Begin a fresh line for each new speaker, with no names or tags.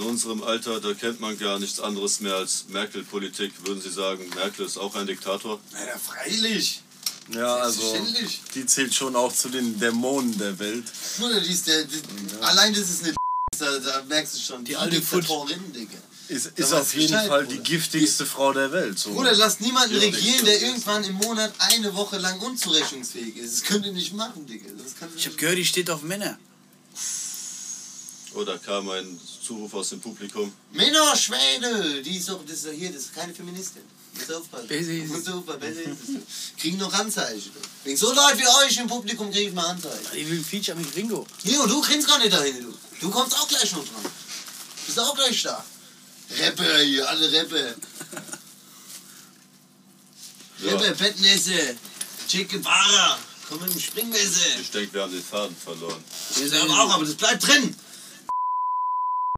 unserem Alter, da kennt man gar nichts anderes mehr als Merkel-Politik. Würden Sie sagen, Merkel ist auch ein Diktator?
Na ja, freilich.
Ja, also
Selbstverständlich.
die zählt schon auch zu den Dämonen der Welt.
Nur der, die ist der, die, Allein das ist eine da, da merkst du schon.
Die alte Foot.
Diktatorin, Digga.
Ist,
Da
ist
weiß
auf
ich
jeden
Bescheid,
Fall
Bruder.
die giftigste Frau der Welt. So.
Bruder, lass niemanden
Ja,
regieren,
Digga.
der irgendwann im Monat eine Woche lang unzurechnungsfähig ist. Das könnt ihr nicht machen, Digga. Das kann
Ich habe gehört, die steht auf Männer.
Oder kam ein Zuruf aus dem Publikum?
Männer, Schwäne! Die ist doch, das ist doch hier, das ist keine Feministin. Muss aufpassen.
Besser ist es.
Muss aufpassen. Besser ist es. Kriegen noch Anzeichen. Wegen so Leute wie euch im Publikum kriege ich mal Anzeichen.
Die will ein Feature mit Ringo.
Leo, du kennst gar nicht dahin, du. Du kommst auch gleich noch dran. Bist auch gleich da. Rapper hier, alle Rapper.
Ja.
Rapper, Bettnässe. Che Guevara. Komm mit dem Springmesser.
Ich denke, wir haben den Faden verloren.
Wir sagen auch, aber das bleibt drin.